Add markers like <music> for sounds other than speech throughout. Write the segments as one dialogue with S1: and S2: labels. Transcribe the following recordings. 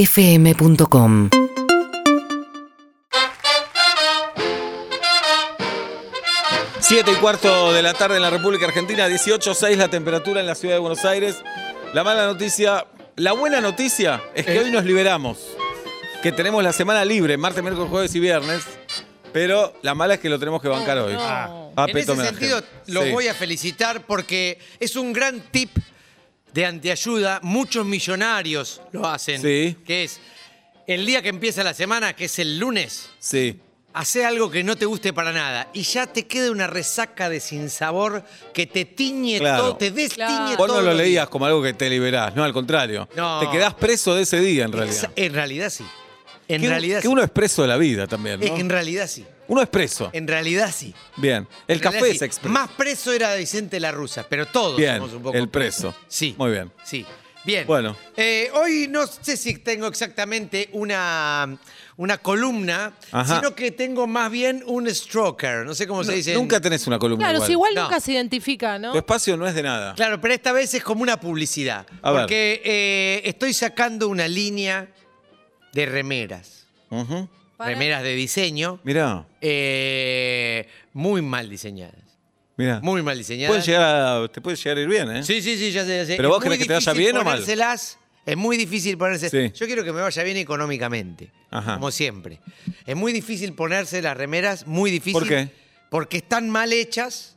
S1: urbanaplayfm.com
S2: Siete y cuarto de la tarde en la República Argentina, 18.6 la temperatura en la ciudad de Buenos Aires. La mala noticia, la buena noticia es que
S3: Eh.
S2: hoy nos liberamos, que tenemos la semana libre, martes, miércoles, jueves y viernes, pero la mala es que lo tenemos que bancar hoy.
S3: Ah.
S2: A
S3: en
S2: Peto
S3: ese
S2: Menaje.
S3: sentido, los
S2: Sí.
S3: voy a felicitar porque es un gran tip de anteayuda. Muchos millonarios lo hacen.
S2: Sí.
S3: Que es el día que empieza la semana, que es el lunes,
S2: Sí.
S3: hace algo que no te guste para nada y ya te queda una resaca de sinsabor que te tiñe
S2: Claro.
S3: todo, te destiñe
S4: Claro.
S2: Vos
S3: todo.
S2: no lo
S3: el día.
S2: leías como algo que te liberás, no, al contrario.
S3: No.
S2: Te quedás preso de ese día en realidad.
S3: Exa- En realidad sí. En
S2: Que-
S3: realidad
S2: que
S3: sí.
S2: uno es preso de la vida también,
S3: Eh, En
S2: ¿no?
S3: realidad sí.
S2: Uno es preso.
S3: En realidad sí.
S2: Bien. El
S3: En realidad
S2: café
S3: sí.
S2: es expreso.
S3: Más preso era Vicente la Rusa, pero todos
S2: Bien,
S3: somos un poco
S2: el preso.
S3: Sí.
S2: Muy bien.
S3: Sí. Bien.
S2: Bueno.
S3: Eh, hoy no sé si tengo exactamente una, una columna,
S2: Ajá.
S3: sino que tengo más bien un stroker. No sé cómo se
S2: No,
S3: dice. en-
S2: Nunca tenés una columna
S4: Claro,
S2: igual.
S4: si igual
S3: No.
S4: nunca se identifica, ¿no?
S2: Tu espacio no es de nada.
S3: Claro, pero esta vez es como una publicidad.
S2: A ver.
S3: porque eh, estoy sacando una línea de remeras.
S2: Ujú.
S4: Para-
S3: Remeras de diseño.
S2: Mirá,
S3: eh, muy mal diseñadas.
S2: mirá.
S3: Muy mal diseñadas.
S2: Pueden llegar a- te puede llegar a ir bien, ¿eh?
S3: Sí, sí, sí, ya sé, ya sé.
S2: Pero vos
S3: muy
S2: querés que te vaya
S3: difícil
S2: bien o mal.
S3: ponérselas, Es muy difícil ponerse.
S2: Sí.
S3: Yo quiero que me vaya bien económicamente,
S2: Ajá.
S3: como siempre. Es muy difícil ponerse las remeras, muy difícil.
S2: ¿Por qué? Mm.
S3: Porque están mal hechas.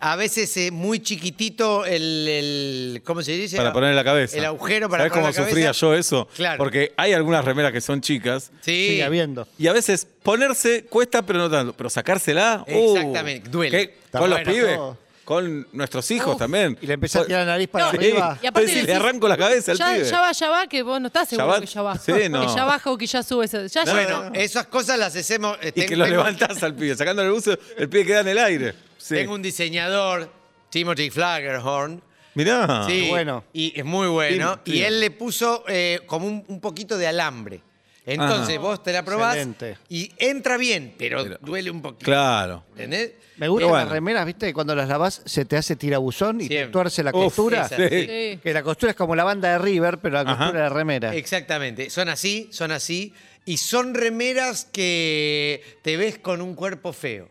S3: A veces es muy chiquitito el, el- ¿Cómo se dice?
S2: Para poner en la cabeza.
S3: El agujero para
S2: ¿Sabés
S3: poner en
S2: cómo
S3: la
S2: sufría
S3: cabeza.
S2: yo eso?
S3: Claro.
S2: Porque hay algunas remeras que son chicas
S3: Sí.
S5: Sigue habiendo.
S2: y a veces ponerse cuesta, pero no tanto. Pero sacársela. uh,
S3: Exactamente, duele.
S2: ¿qué? Con los
S5: Bueno,
S2: pibes,
S5: todo.
S2: con nuestros hijos también.
S5: Y le empezás a tirar la nariz para
S2: Sí.
S5: arriba.
S4: Y aparte
S2: Pues, Sí,
S4: decís,
S2: le arranco la cabeza al
S4: ya,
S2: pibe.
S4: ya va, ya va, que vos no estás seguro
S2: va-
S4: que ya baja.
S2: <laughs> Sí, no. eh.
S4: Que ya baja o que ya sube. ese- Ya, ya-
S3: Bueno, esas cosas las hacemos. eh,
S2: y
S3: tengo-
S2: que lo
S3: tengo-
S2: levantás al pibe. Sacándole el buzo, el pibe queda en el aire. Sí.
S3: Tengo un diseñador, Timothy Flaggerhorn.
S2: Mirá.
S3: Sí,
S5: qué bueno.
S3: Y es muy bueno.
S2: Sí, sí.
S3: Y él le puso eh, como un, un poquito de alambre. Entonces
S2: Ajá.
S3: vos te la probás
S5: Excelente.
S3: y entra bien, pero,
S2: Pero-
S3: duele un poquito.
S2: Claro.
S3: ¿Entendés?
S5: Me gustan
S2: Pero bueno.
S5: las remeras, ¿viste? Cuando las lavas se te hace tirabuzón y
S3: Siempre.
S5: te tuerce la
S2: Uf,
S5: costura.
S3: esa.
S2: sí.
S3: Sí.
S4: Sí.
S5: Que la costura es como la banda de River, pero la
S2: Ajá.
S5: costura de la remera.
S3: Exactamente. Son así, son así. Y son remeras que te ves con un cuerpo feo.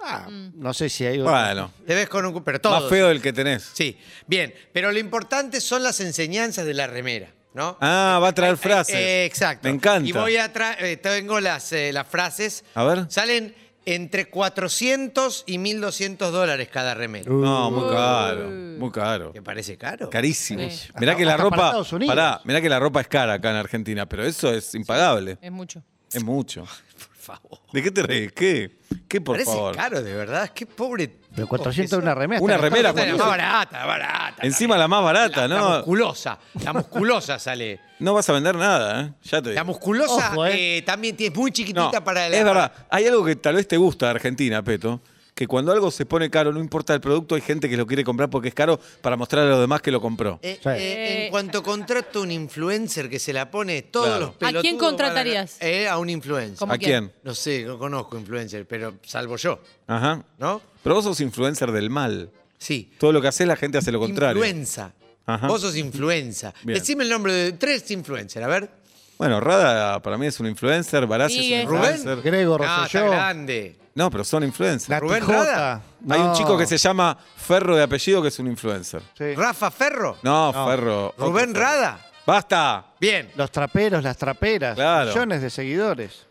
S5: Ah, no sé si hay...
S2: Bueno.
S3: Te ves con un cuerpo. Pero todos.
S2: Más feo del que tenés.
S3: Sí. Bien. Pero lo importante son las enseñanzas de la remera, ¿no?
S2: Ah, va a traer frases.
S3: Eh, exacto.
S2: Me encanta.
S3: Y voy a tra- eh, tengo las, eh, las frases.
S2: A ver.
S3: Salen entre 400 y 1200 dólares cada remera.
S2: No, muy
S4: Uy.
S2: caro. Muy caro.
S3: ¿Te parece caro?
S2: Carísimo.
S4: Sí.
S2: Mirá
S5: Hasta-
S2: que la
S5: hasta
S2: ropa.
S5: para Estados Unidos.
S2: pará, mirá que la ropa es cara acá en Argentina, pero eso es impagable.
S4: Es mucho.
S2: Es mucho.
S3: <laughs> Por favor.
S2: ¿De qué te reís? ¿Qué? ¿Qué por
S3: parece
S2: favor?
S3: caro, de verdad. Qué pobre.
S5: Pero 400 de una remera.
S2: Una
S5: está en
S2: remera,
S5: Estados
S3: Esta es la
S5: Unidos.
S3: más barata, la barata.
S2: Encima la más barata,
S3: La- La
S2: ¿no?
S3: musculosa. La musculosa sale.
S2: No vas a vender nada, ¿eh? Ya te digo.
S3: La musculosa
S5: Ojo, ¿eh?
S3: eh, también es muy
S2: No,
S3: chiquitita para la.
S2: Es verdad. Hay algo que tal vez te gusta de Argentina, Peto. Que cuando algo se pone caro, no importa el producto, hay gente que lo quiere comprar porque es caro para mostrar a los demás que lo compró.
S3: Eh,
S5: Sí.
S3: eh, en cuanto contrato un influencer que se la pone todos
S2: Claro.
S3: los
S2: ¿A
S3: pelotudos.
S4: quién contratarías?
S3: van a- eh, a un influencer.
S4: ¿Cómo
S2: ¿A quién?
S3: No sé, no conozco influencer, pero salvo yo,
S2: Ajá.
S3: ¿no?
S2: Pero vos sos influencer del mal.
S3: Sí.
S2: Todo lo que haces, la gente hace lo contrario.
S3: Influenza.
S2: Ajá.
S3: Vos sos influenza.
S2: Bien.
S3: Decime el nombre de tres influencers, a ver.
S2: Bueno, Rada para mí es un influencer, Barazzi
S4: Sigue.
S2: es un
S3: Rubén.
S2: influencer.
S5: Grego
S3: Ah, está
S5: Rosselló.
S3: grande.
S2: No, pero son influencers.
S5: Nati
S3: Rubén
S5: Jota.
S3: Rada.
S5: No.
S2: Hay un chico que se llama Ferro de apellido que es un influencer.
S5: Sí.
S3: Rafa Ferro.
S2: No, Ferro. otro
S3: Rubén
S2: Ferro.
S3: Rada.
S2: ¡Basta!
S3: Bien.
S5: Los traperos, las traperas.
S2: Claro.
S5: Millones de seguidores.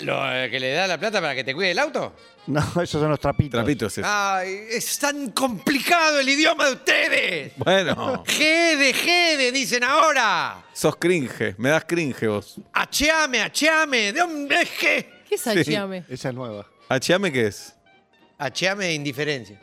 S3: ¿Lo eh, que le da la plata para que te cuide el auto?
S5: No, <laughs> esos son los trapitos.
S2: Trapito es ese.
S3: Ay, es tan complicado el idioma de ustedes.
S2: Bueno,
S3: Jede, jede, dicen ahora.
S2: sos cringe. Me das cringe vos.
S3: Acheame, acheame. ¿De dónde es que?
S4: ¿Qué es Achiame?
S5: Esa es nueva.
S2: ¿Achiame qué es?
S3: Acheame de indiferencia.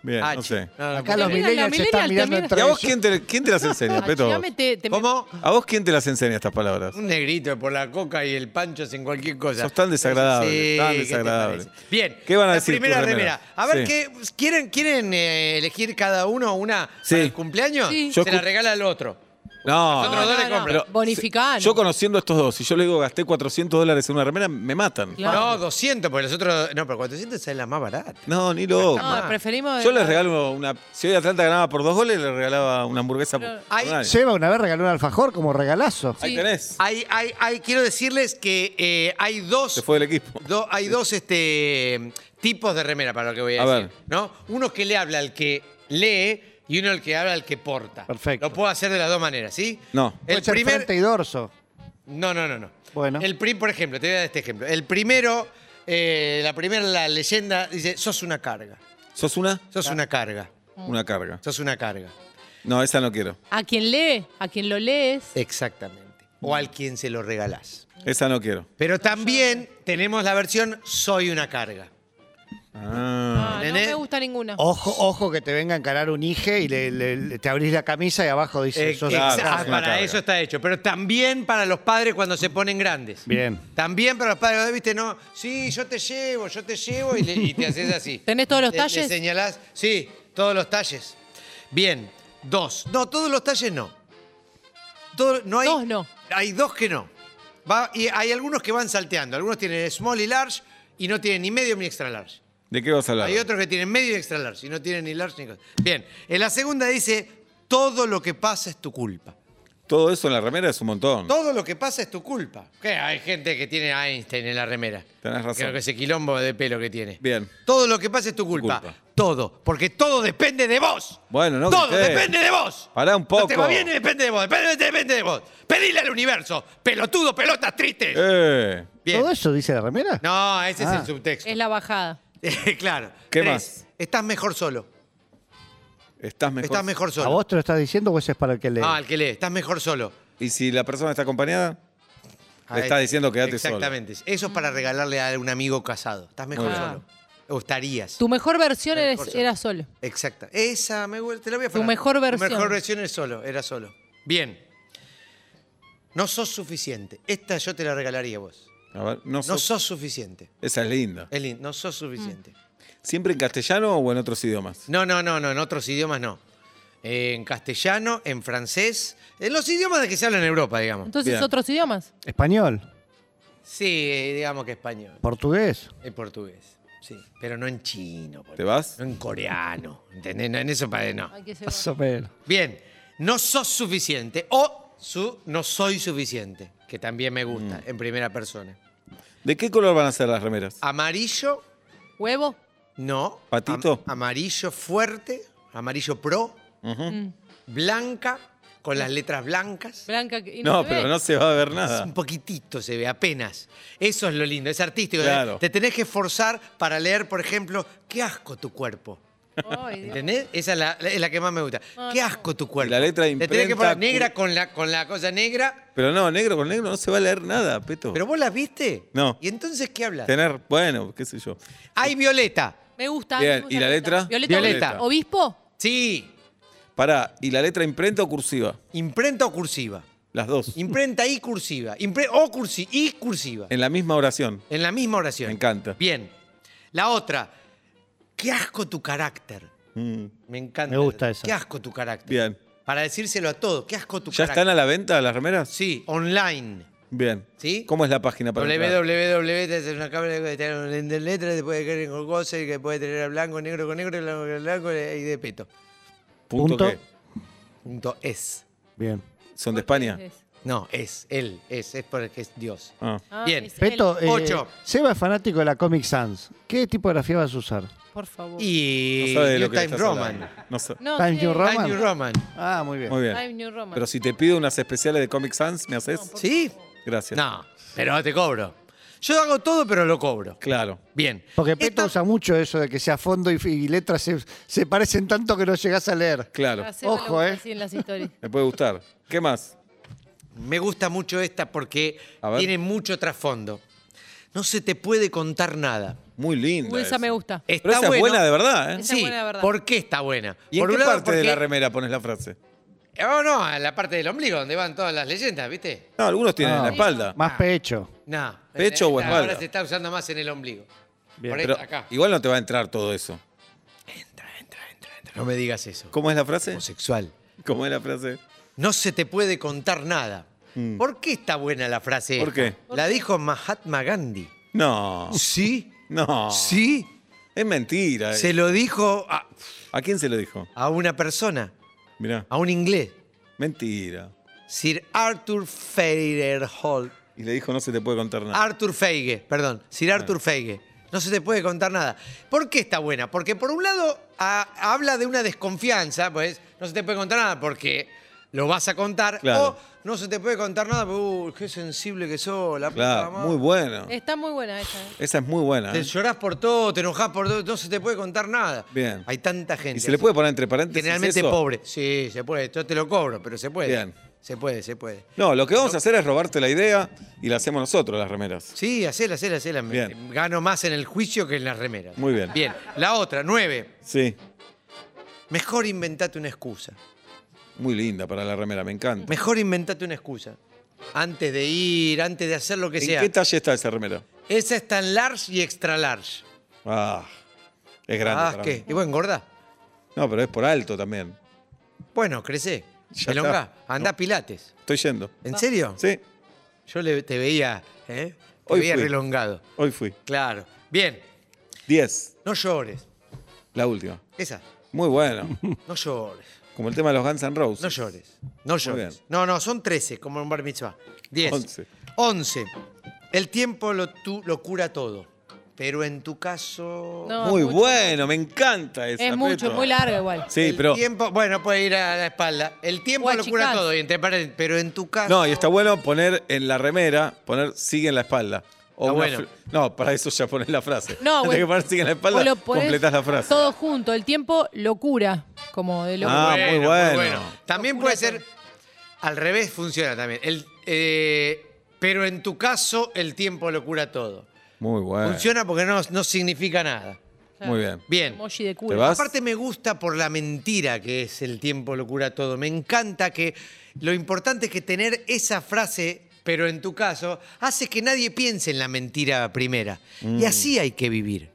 S2: Bien,
S3: Ache.
S2: no sé.
S3: No, no,
S5: Acá
S3: no.
S5: los
S4: Mira, la
S5: millennials se están
S4: millennial también.
S5: mirando
S2: Ah, ¿Y
S5: entre
S2: a vos
S5: ellos.
S2: quién te, quién te las
S4: <laughs>
S2: enseña, Peto?
S4: Achiame te, te-
S3: ¿Cómo?
S2: ¿A vos quién te las enseña estas palabras?
S3: Un negrito por la coca y el pancho sin cualquier cosa.
S2: Sos tan desagradable, tan
S3: ¿qué te
S2: desagradable.
S3: parece? Bien.
S2: ¿Qué van a
S3: la
S2: decir tus
S3: Primera
S2: remeras?
S3: remera. A ver,
S2: Sí.
S3: ¿qué, ¿quieren, quieren eh, elegir cada uno una
S2: Sí.
S3: para el cumpleaños?
S4: Sí.
S2: Yo
S3: Se la
S2: escu-
S3: regala al otro.
S2: No,
S3: Nosotros
S2: no.
S3: dos le compran.
S4: Bonificar.
S2: Yo conociendo a estos dos, si yo le digo gasté 400 dólares en una remera, me matan.
S4: Claro.
S3: No, 200, porque los otros. No, pero 400 es la más barata.
S2: No, ni loco.
S4: No, preferimos.
S2: Yo les regalo una. Si hoy Atlanta ganaba por dos goles, le regalaba una hamburguesa. por-
S3: Hay-
S2: por nadie.
S5: Seba una vez regaló un alfajor como regalazo.
S2: Ahí
S4: Sí.
S2: tenés.
S3: Hay, hay, hay- quiero decirles que eh, hay dos.
S2: Se fue del equipo.
S3: do- hay dos este, tipos de remera para lo que voy a,
S2: A
S3: decir.
S2: ver.
S3: ¿no? Uno que le habla al que lee y uno el que habla al que porta.
S5: Perfecto.
S3: Lo puedo hacer de las dos maneras, ¿sí?
S2: No.
S5: Puede
S3: El
S5: ser
S3: primer.
S5: frente y dorso.
S3: No, no, no, no.
S5: Bueno.
S3: El pri- por ejemplo, te voy a dar este ejemplo. El primero, eh, la primera, la leyenda, dice: sos una carga.
S2: ¿Sos una?
S3: Sos una carga.
S4: Mm.
S2: Una carga.
S3: Sos una carga.
S2: No, esa no quiero.
S4: A quien lee, a quien lo lees.
S3: Exactamente. O al quien se lo regalás.
S2: Esa no quiero.
S3: Pero también tenemos la versión soy una carga.
S2: Ah.
S4: Ah, no
S3: ¿entendés?
S4: me gusta ninguna.
S5: Ojo, ojo que te venga a encarar un Ige y le, le- le- te abrís la camisa y abajo dice.
S3: Eh,
S5: sos-
S2: claro,
S3: exa-
S2: sos una
S3: para
S2: carga.
S3: eso está hecho. Pero también para los padres cuando se ponen grandes.
S5: Bien.
S3: También para los padres, viste, no, sí, yo te llevo, yo te llevo y, le- y te haces así.
S4: <laughs> ¿Tenés todos los
S3: Le- le
S4: talles?
S3: señalás, sí, todos los talles. Bien, dos. No, todos los talles no. Todo- no hay,
S4: Dos no.
S3: Hay dos que no. Va- y hay algunos que van salteando. Algunos tienen small y large y no tienen ni medio ni extra large.
S2: ¿De qué vas a hablar?
S3: Hay otros que tienen medio y extra large y no tienen ni large ni cosa. Bien, en la segunda dice, todo lo que pasa es tu culpa.
S2: Mm. Todo eso en la remera es un montón.
S3: Todo lo que pasa es tu culpa. Que hay gente que tiene a Einstein en la remera.
S2: Tenés razón.
S3: Creo que ese quilombo de pelo que tiene.
S2: Bien.
S3: Todo lo que pasa es tu culpa.
S2: culpa.
S3: Todo. Porque todo depende de vos.
S2: Bueno, no
S3: Todo
S2: grités.
S3: depende de vos.
S2: Pará un
S3: No te
S2: poco.
S3: va bien, depende de vos. Depende, depende de vos. Pedile al universo. Pelotudo, pelotas tristes.
S2: Eh.
S3: Bien.
S5: ¿Todo eso dice la remera?
S3: No, ese
S5: Ah.
S3: es el subtexto.
S4: Es la bajada.
S3: <laughs> claro.
S2: ¿Qué
S3: Tres,
S2: más?
S3: Estás mejor solo.
S2: Estás mejor.
S3: Estás mejor
S5: ¿A
S3: solo.
S5: vos te lo estás diciendo o ese es para el que lee?
S3: No, Ah, al que lee. Estás mejor solo.
S2: ¿Y si la persona está acompañada? Le estás
S3: Ahí.
S2: diciendo quédate solo.
S3: Exactamente. Eso es para regalarle a un amigo casado. Estás mejor
S2: Muy bien.
S3: solo. O estarías.
S4: Tu mejor versión
S3: Mejor
S4: eres-
S3: solo.
S4: era solo.
S3: Exacta. Esa me gusta. Te la voy a
S4: Tu
S3: falar.
S4: mejor versión.
S3: Tu mejor versión es solo, era solo. Bien. No sos suficiente. Esta yo te la regalaría a vos.
S2: A ver, no
S3: No
S2: sos-
S3: sos suficiente.
S2: Esa es linda.
S3: Elin, no sos suficiente.
S2: ¿Siempre en castellano o en otros idiomas?
S3: No, no, no, no. En otros idiomas no. Eh, en castellano, en francés, en los idiomas de que se habla en Europa, digamos.
S4: Entonces,
S2: Bien.
S4: otros idiomas.
S5: Español,
S3: Sí, eh, digamos que español.
S5: portugués.
S3: En portugués. Sí. Pero no en chino. por
S2: ¿Te vas?
S3: No en coreano. ¿Entendés? No, en eso para
S2: Ah.
S3: no.
S4: Hay que ser-
S5: Más o menos.
S3: Bien, no sos suficiente o su, no soy suficiente, que también me gusta
S2: Mm.
S3: en primera persona.
S2: ¿De qué color van a ser las
S3: Ah,
S2: remeras?
S3: Amarillo,
S4: Huevo.
S3: no.
S2: Patito.
S3: Am- amarillo fuerte, amarillo pro,
S2: Ujú.
S3: blanca, con las letras blancas.
S4: Blanca. que- y
S2: No,
S4: se
S2: pero
S4: ve.
S2: no se va a ver
S3: Es
S2: nada.
S3: un poquitito se ve, apenas. Eso es lo lindo, es artístico. ¿eh?
S2: Claro.
S3: Te tenés que esforzar para leer, por ejemplo, qué asco tu cuerpo.
S4: Ay, Dios.
S3: ¿Entendés? Esa es la, la- es la que más me gusta. Qué asco tu cuerpo.
S2: la letra
S3: Te tenés que
S2: imprenta-
S3: poner negra con la, con la cosa negra
S2: Pero no, negro con negro no se va a leer nada, Peto.
S3: ¿Pero vos las viste?
S2: No.
S3: ¿Y entonces qué hablas?
S2: Tener, bueno, qué sé yo.
S3: Hay Violeta.
S4: Me gusta.
S2: Bien,
S4: me gusta
S2: ¿y la letra?
S4: Violeta.
S3: Violeta.
S4: ¿Obispo?
S3: Sí.
S2: Pará, ¿y la letra imprenta o cursiva?
S3: Imprenta o cursiva.
S2: Las dos.
S3: Imprenta y cursiva. Impre- o cursi y cursiva. En,
S2: En la misma oración.
S3: la misma oración.
S2: Me encanta.
S3: Bien. La otra. Qué asco tu carácter.
S2: Mm,
S3: Me encanta.
S5: Me gusta esa.
S3: Qué asco tu carácter.
S2: Bien.
S3: Para decírselo a todos. Qué asco tu
S2: ¿Ya
S3: carácter.
S2: están a la venta las remeras?
S3: Sí, online.
S2: Bien.
S3: ¿Sí?
S2: ¿Cómo es la página para entrar?
S3: www. te haces una cámara que tiene un lente en letras, te puede caer con cosas, que puede tener a blanco, negro con negro, blanco con blanco y de peto.
S2: Punto.
S5: punto.
S2: qué?
S3: Punto es.
S5: Bien.
S2: ¿Son de España?
S3: No, es, él, es, es porque es Dios.
S2: Ah.
S4: Ah,
S3: Bien.
S4: es él.
S5: Peto, eh,
S3: Ocho.
S5: Seba es fanático de la Comic Sans. ¿Qué tipografía vas a usar?
S4: Por favor.
S3: Y
S2: No sabe de
S3: Eh, New
S2: lo que
S3: Time
S2: estás
S3: Roman.
S2: hablando. No sé.
S4: No,
S5: Times
S4: sí.
S5: New Roman.
S3: Time New Roman.
S5: Ah, muy bien.
S2: Muy bien.
S4: Times New Roman.
S2: Pero si te pido unas especiales de Comic Sans, ¿me haces?
S3: ¿Sí?
S2: Gracias.
S3: No, pero no te cobro. Yo hago todo, pero lo cobro.
S2: Claro.
S3: Bien.
S5: Porque Peto
S3: Esta-
S5: usa mucho eso de que sea fondo y, y letras se, se parecen tanto que no llegás a leer.
S2: Claro.
S4: La cena le
S5: Ojo,
S4: gusta
S5: eh.
S4: así en
S2: <laughs>
S4: las historias.
S2: Me puede gustar. ¿Qué más?
S3: Me gusta mucho esta porque
S2: A ver.
S3: tiene mucho trasfondo. No se te puede contar nada.
S2: Muy linda.
S4: Uy, esa me gusta.
S3: Está
S2: Pero esa es
S3: bueno.
S2: buena de verdad, ¿eh?
S4: Esa es
S3: sí,
S4: buena de verdad.
S3: ¿por qué está buena?
S2: ¿Y en
S3: Por
S2: qué
S3: un lado,
S2: parte de la
S3: porque-
S2: remera pones la frase?
S3: Oh, no, en la parte del ombligo, donde van todas las leyendas, ¿viste?
S2: No, algunos tienen en
S5: Ah.
S2: la espalda.
S5: Más pecho.
S3: No.
S2: ¿Pecho o
S3: Ahora
S2: espalda?
S3: se está usando más en el ombligo.
S5: Bien.
S3: Por
S2: Pero
S3: esta, acá.
S2: igual no te va a entrar todo eso.
S3: Entra, entra, entra, entra. No me digas eso.
S2: ¿Cómo es la frase?
S3: Homosexual.
S2: ¿Cómo es la frase?
S3: no se te puede contar nada. ¿Por qué está buena la frase?
S2: Mm. ¿Por
S3: esta?
S2: qué? Oh.
S3: La dijo Mahatma Gandhi.
S2: No,
S3: Sí,
S2: no.
S3: sí.
S2: Es mentira.
S3: Ah. Se lo dijo a,
S2: ¿A quién se lo dijo?
S3: a una persona,
S2: Mirá.
S3: a un inglés.
S2: Mentira.
S3: Sir Arthur Feiger Hall.
S2: Y le dijo, no se te puede contar nada.
S3: Arthur Feige, perdón, Sir Arthur Feige. No se te puede contar nada. ¿Por qué está buena? Porque por un lado a- habla de una desconfianza, pues no se te puede contar nada porque lo vas a contar.
S2: Claro.
S3: O no se te puede contar nada porque, uh, qué sensible que sos, la puta
S2: Claro,
S3: madre.
S2: muy bueno.
S4: Está muy buena esa. ¿eh?
S2: Esa es muy buena.
S3: Te
S2: ¿eh?
S3: llorás por todo, te enojás por todo, no se te puede contar nada.
S2: Bien.
S3: Hay tanta gente.
S2: Y se le
S3: así.
S2: puede poner entre paréntesis.
S3: Generalmente
S2: eso?
S3: pobre. Sí, se puede. Yo te lo cobro, pero se puede.
S2: Bien.
S3: Se puede, se puede.
S2: No, lo que vamos a hacer es robarte la idea y la hacemos nosotros, las remeras.
S3: Sí, hacela, hacela, hacela. Me-
S2: Bien.
S3: Gano más en el juicio que en las remeras.
S2: Muy bien.
S3: Bien. La otra, nueve.
S2: Sí.
S3: Mejor inventate una excusa.
S2: Muy linda para la remera, me encanta.
S3: Mejor inventate una excusa. Antes de ir, antes de hacer lo que
S2: ¿En
S3: sea.
S2: qué talle está esa remera?
S3: Esa está en large y extra large.
S2: Ah, es grande.
S3: Ah,
S2: para
S3: ¿qué?
S2: mí.
S3: Y vos engordá.
S2: No, pero es por alto también.
S3: Bueno, crecé.
S2: Ya
S3: Elongá.
S2: está.
S3: Andá a pilates.
S2: Estoy yendo.
S3: ¿En serio?
S2: Sí,
S3: Yo le- te veía, ¿eh? Te
S2: Hoy
S3: veía
S2: fui.
S3: relongado.
S2: hoy fui.
S3: Claro. Bien.
S2: 10,
S3: No llores.
S2: la última.
S3: Esa.
S2: Muy bueno.
S3: No llores.
S2: Como el tema de los Guns N' Roses.
S3: No llores. No llores.
S2: bien.
S3: No, no, son 13, como en bar mitzvah. 10.
S2: Once.
S3: 11. El tiempo lo, tú, lo cura todo. Pero en tu caso.
S4: No,
S2: Muy
S4: es mucho.
S2: bueno, me encanta esa.
S4: Es mucho,
S2: Petro.
S4: muy larga igual.
S2: Sí,
S3: el
S2: pero.
S3: tiempo, bueno, puede ir a la espalda. El tiempo
S4: O
S3: lo cura
S4: achicás.
S3: todo, y entre paréntesis, pero en tu caso.
S2: No, y está bueno poner en la remera, poner sigue en la espalda. O una
S3: Está bueno.
S2: fra- No, para eso ya pones la frase.
S4: No,
S2: Antes
S4: bueno.
S2: que poner sigue en la
S4: Vos
S2: espalda,
S4: lo ponés
S2: completás la frase.
S4: Todo junto, el tiempo locura. Como de locura.
S2: Ah, muy bueno.
S3: También puede ser. Al revés funciona también. El, eh, pero en tu caso, el tiempo lo cura todo.
S2: Muy bueno.
S3: Funciona porque no, no significa nada.
S2: Muy bien.
S3: Bien.
S4: Emoji de
S2: ¿Te
S4: culo.
S2: vas?
S3: Aparte me gusta por la mentira que es el tiempo lo cura todo. Me encanta que lo importante es que tener esa frase, pero en tu caso, hace que nadie piense en la mentira primera.
S2: Mm.
S3: Y así hay que vivir.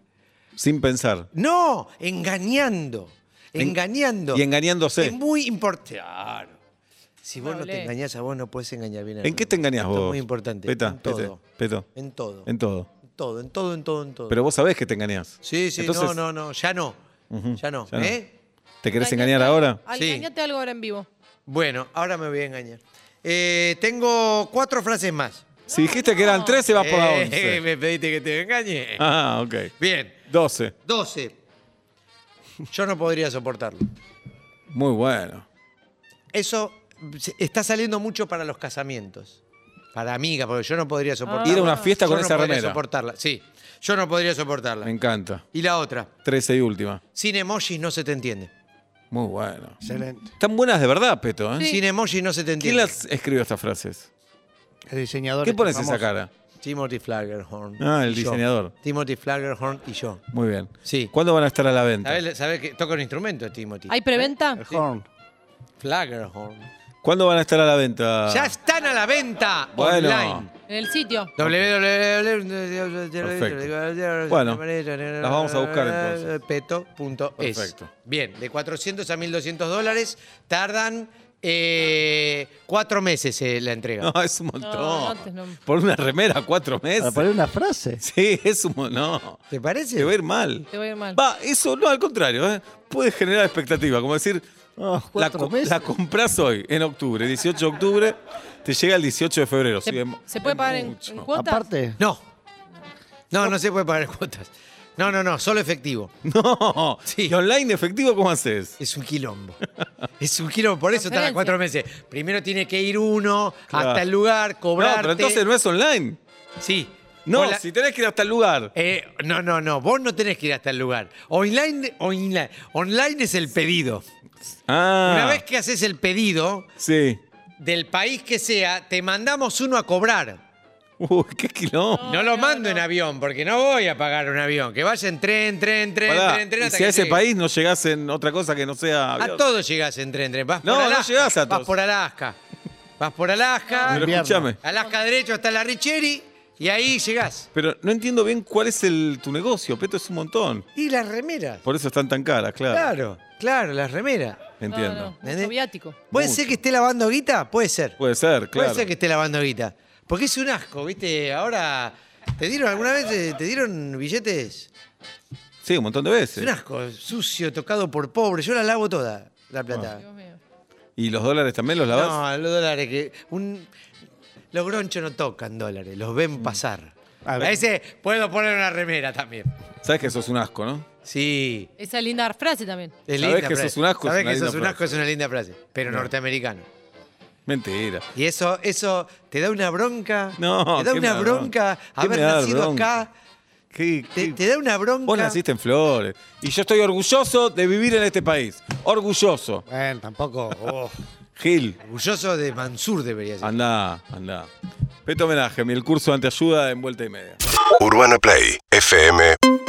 S2: Sin pensar.
S3: No, engañando.
S2: En-
S3: Engañando.
S2: Y engañándose.
S3: Es muy importante. Claro. Si vos no te
S4: Hablé.
S3: engañás a vos, no puedes engañar bien a
S2: ¿En qué te engañás
S3: Esto
S2: vos?
S3: Es muy importante.
S2: Peta,
S3: en todo.
S2: Pete, Peto.
S3: En todo. En
S2: En todo.
S3: todo, en todo, en todo, en todo.
S2: Pero vos sabés que te engañás.
S3: sí, sí,
S2: Entonces,
S3: no, no, no. Ya no. Ya no.
S2: ya no.
S3: ¿Eh?
S2: ¿Te querés engañar ahora?
S4: Al-
S3: Sí.
S4: ah, engañate algo ahora en vivo.
S3: Bueno, ahora me voy a engañar. Eh, tengo cuatro frases más.
S2: Si dijiste que eran 13, vas por la
S3: Eh,
S2: 11.
S3: <laughs> me pediste que te engañe.
S2: Ah, ok.
S3: Bien,
S2: 12.
S3: 12. Yo no podría soportarlo.
S2: Muy bueno.
S3: Eso se- está saliendo mucho para los casamientos. Para amigas, porque yo no podría soportarla.
S2: Ah. Ir a una fiesta con
S3: Yo no
S2: esa
S3: podría
S2: remera.
S3: soportarla, sí. Yo no podría soportarla.
S2: Me encanta.
S3: Y la otra,
S2: 13 y última.
S3: sin emojis no se te entiende.
S2: Muy bueno.
S5: Excelente.
S2: Están buenas de verdad, Peto, ¿eh?
S3: Sin emojis no se te
S2: ¿Quién
S3: entiende.
S2: las escribió estas frases?
S5: El diseñador.
S2: ¿Qué
S5: este
S2: pones
S5: famoso.
S2: esa cara?
S3: Timothy Flaggerhorn.
S2: Ah,
S3: y
S2: el
S3: yo.
S2: diseñador.
S3: Timothy Flaggerhorn y yo.
S2: Muy bien.
S3: Sí.
S2: ¿Cuándo van a estar a la venta?
S3: ¿Sabés, sabés que toca un instrumento, Timothy?
S4: ¿Hay preventa?
S2: Eh.
S5: El horn.
S3: Flaggerhorn.
S2: ¿Cuándo van a estar a la venta?
S3: Ya están a la venta
S2: Ah. Bueno.
S3: online.
S4: En el sitio.
S3: www.
S2: Bueno, las vamos a buscar entonces.
S3: Peto.es.
S2: Perfecto.
S3: Bien, de 400 a 1200 dólares tardan eh, cuatro meses eh, la entrega.
S2: <laughs> No, es un montón.
S4: No, antes no.
S2: Por una remera, cuatro
S3: Ah,
S5: Para
S2: meses.
S5: poner una frase.
S2: Sí, es un montón. No.
S3: ¿Te parece?
S2: Te va a ir mal.
S4: Te va a ir mal.
S2: Va, eso no, al contrario. ¿eh? Puede generar expectativa. Como decir,
S5: Ah,
S2: la,
S5: cuatro
S2: co-
S5: meses.
S2: la compras hoy, en octubre, 18 de octubre, te llega el 18 de febrero.
S4: ¿Se,
S2: Sí, es-
S4: se puede
S2: es
S4: pagar en,
S2: mucho.
S4: en cuotas?
S5: Aparte,
S3: No. No, no se puede pagar en cuotas. No, no, no, solo efectivo.
S2: <laughs> No,
S3: Sí.
S2: ¿y online efectivo cómo haces?
S3: Es un
S2: <laughs>
S3: quilombo. Es un quilombo, por eso tarda cuatro meses. Primero tiene que ir uno
S2: Claro.
S3: hasta el lugar, cobrar.
S2: No, pero entonces no es online.
S3: Sí.
S2: No,
S3: Hola-
S2: si tenés que ir hasta el lugar.
S3: Eh, no, no, no, vos no tenés que ir hasta el lugar. Online, online, online es el pedido.
S2: Ah,
S3: Una vez que haces el pedido,
S2: sí.
S3: del país que sea, te mandamos uno a cobrar.
S2: Uy, qué quilombo.
S3: No lo mando en avión, porque no voy a pagar un avión. Que vaya en tren, tren, tren,
S2: Pará,
S3: tren, tren.
S2: y
S3: hasta
S2: si a
S3: que
S2: ese
S3: llegue.
S2: país no llegás en otra cosa que no sea
S3: A
S2: avión.
S3: todos llegás en tren, tren. Vas
S2: No,
S3: por
S2: no
S3: Alaska.
S2: llegás a todos.
S3: Vas por Alaska. Vas por Alaska.
S2: Pero
S5: Invierno.
S2: escúchame.
S3: Alaska derecho hasta la Richeri y ahí llegás.
S2: Pero no entiendo bien cuál es el, tu negocio, Peto, es un montón.
S3: Y las remeras.
S2: Por eso están tan caras, claro.
S3: Claro, claro, las remeras.
S2: Entiendo.
S4: No, no,
S3: ¿Entendés?
S4: soviático.
S3: ¿Puede
S2: Mucho.
S3: ser que esté lavando guita? Puede ser.
S2: Puede ser, claro.
S3: Puede ser que esté lavando guita. Porque es un asco, ¿viste? Ahora, ¿te dieron alguna vez, eh, te dieron billetes?
S2: Sí, un montón de veces.
S3: Es un asco, sucio, tocado por pobre. Yo la lavo toda, la plata.
S2: Ah.
S4: Dios mío.
S2: ¿Y los dólares también los lavás?
S3: No, los dólares que. Un, los gronchos no tocan dólares, los ven
S2: Mm.
S3: pasar.
S5: A
S3: A
S5: ver.
S3: veces puedo poner una remera también.
S2: Sabes que sos un asco, ¿no?
S3: Sí.
S4: Esa linda frase también.
S3: Es
S2: Sabés
S3: linda
S2: que
S3: frase.
S2: sos un asco, es
S3: Sabés
S2: una
S3: que
S2: linda
S3: sos un
S2: frase.
S3: asco, es una linda frase. Pero norteamericano.
S2: Mentira.
S3: Y eso, eso te da una bronca.
S2: No,
S3: Te da
S2: qué
S3: una
S2: me da
S3: bronca
S2: bronca. ¿Qué
S3: haber
S2: me da
S3: nacido
S2: bronca?
S3: acá.
S2: ¿Qué-
S3: Te,
S2: qué-
S3: te da una bronca.
S2: Vos naciste en Flores. Y yo estoy orgulloso de vivir en este país. Orgulloso.
S5: Bueno, tampoco.
S3: Oh,
S2: Gil,
S3: orgulloso de Mansur debería ser.
S2: andá, andá. Peto homenaje, mi el curso de anteayuda en vuelta y media.
S1: UrbanaPlay fm.com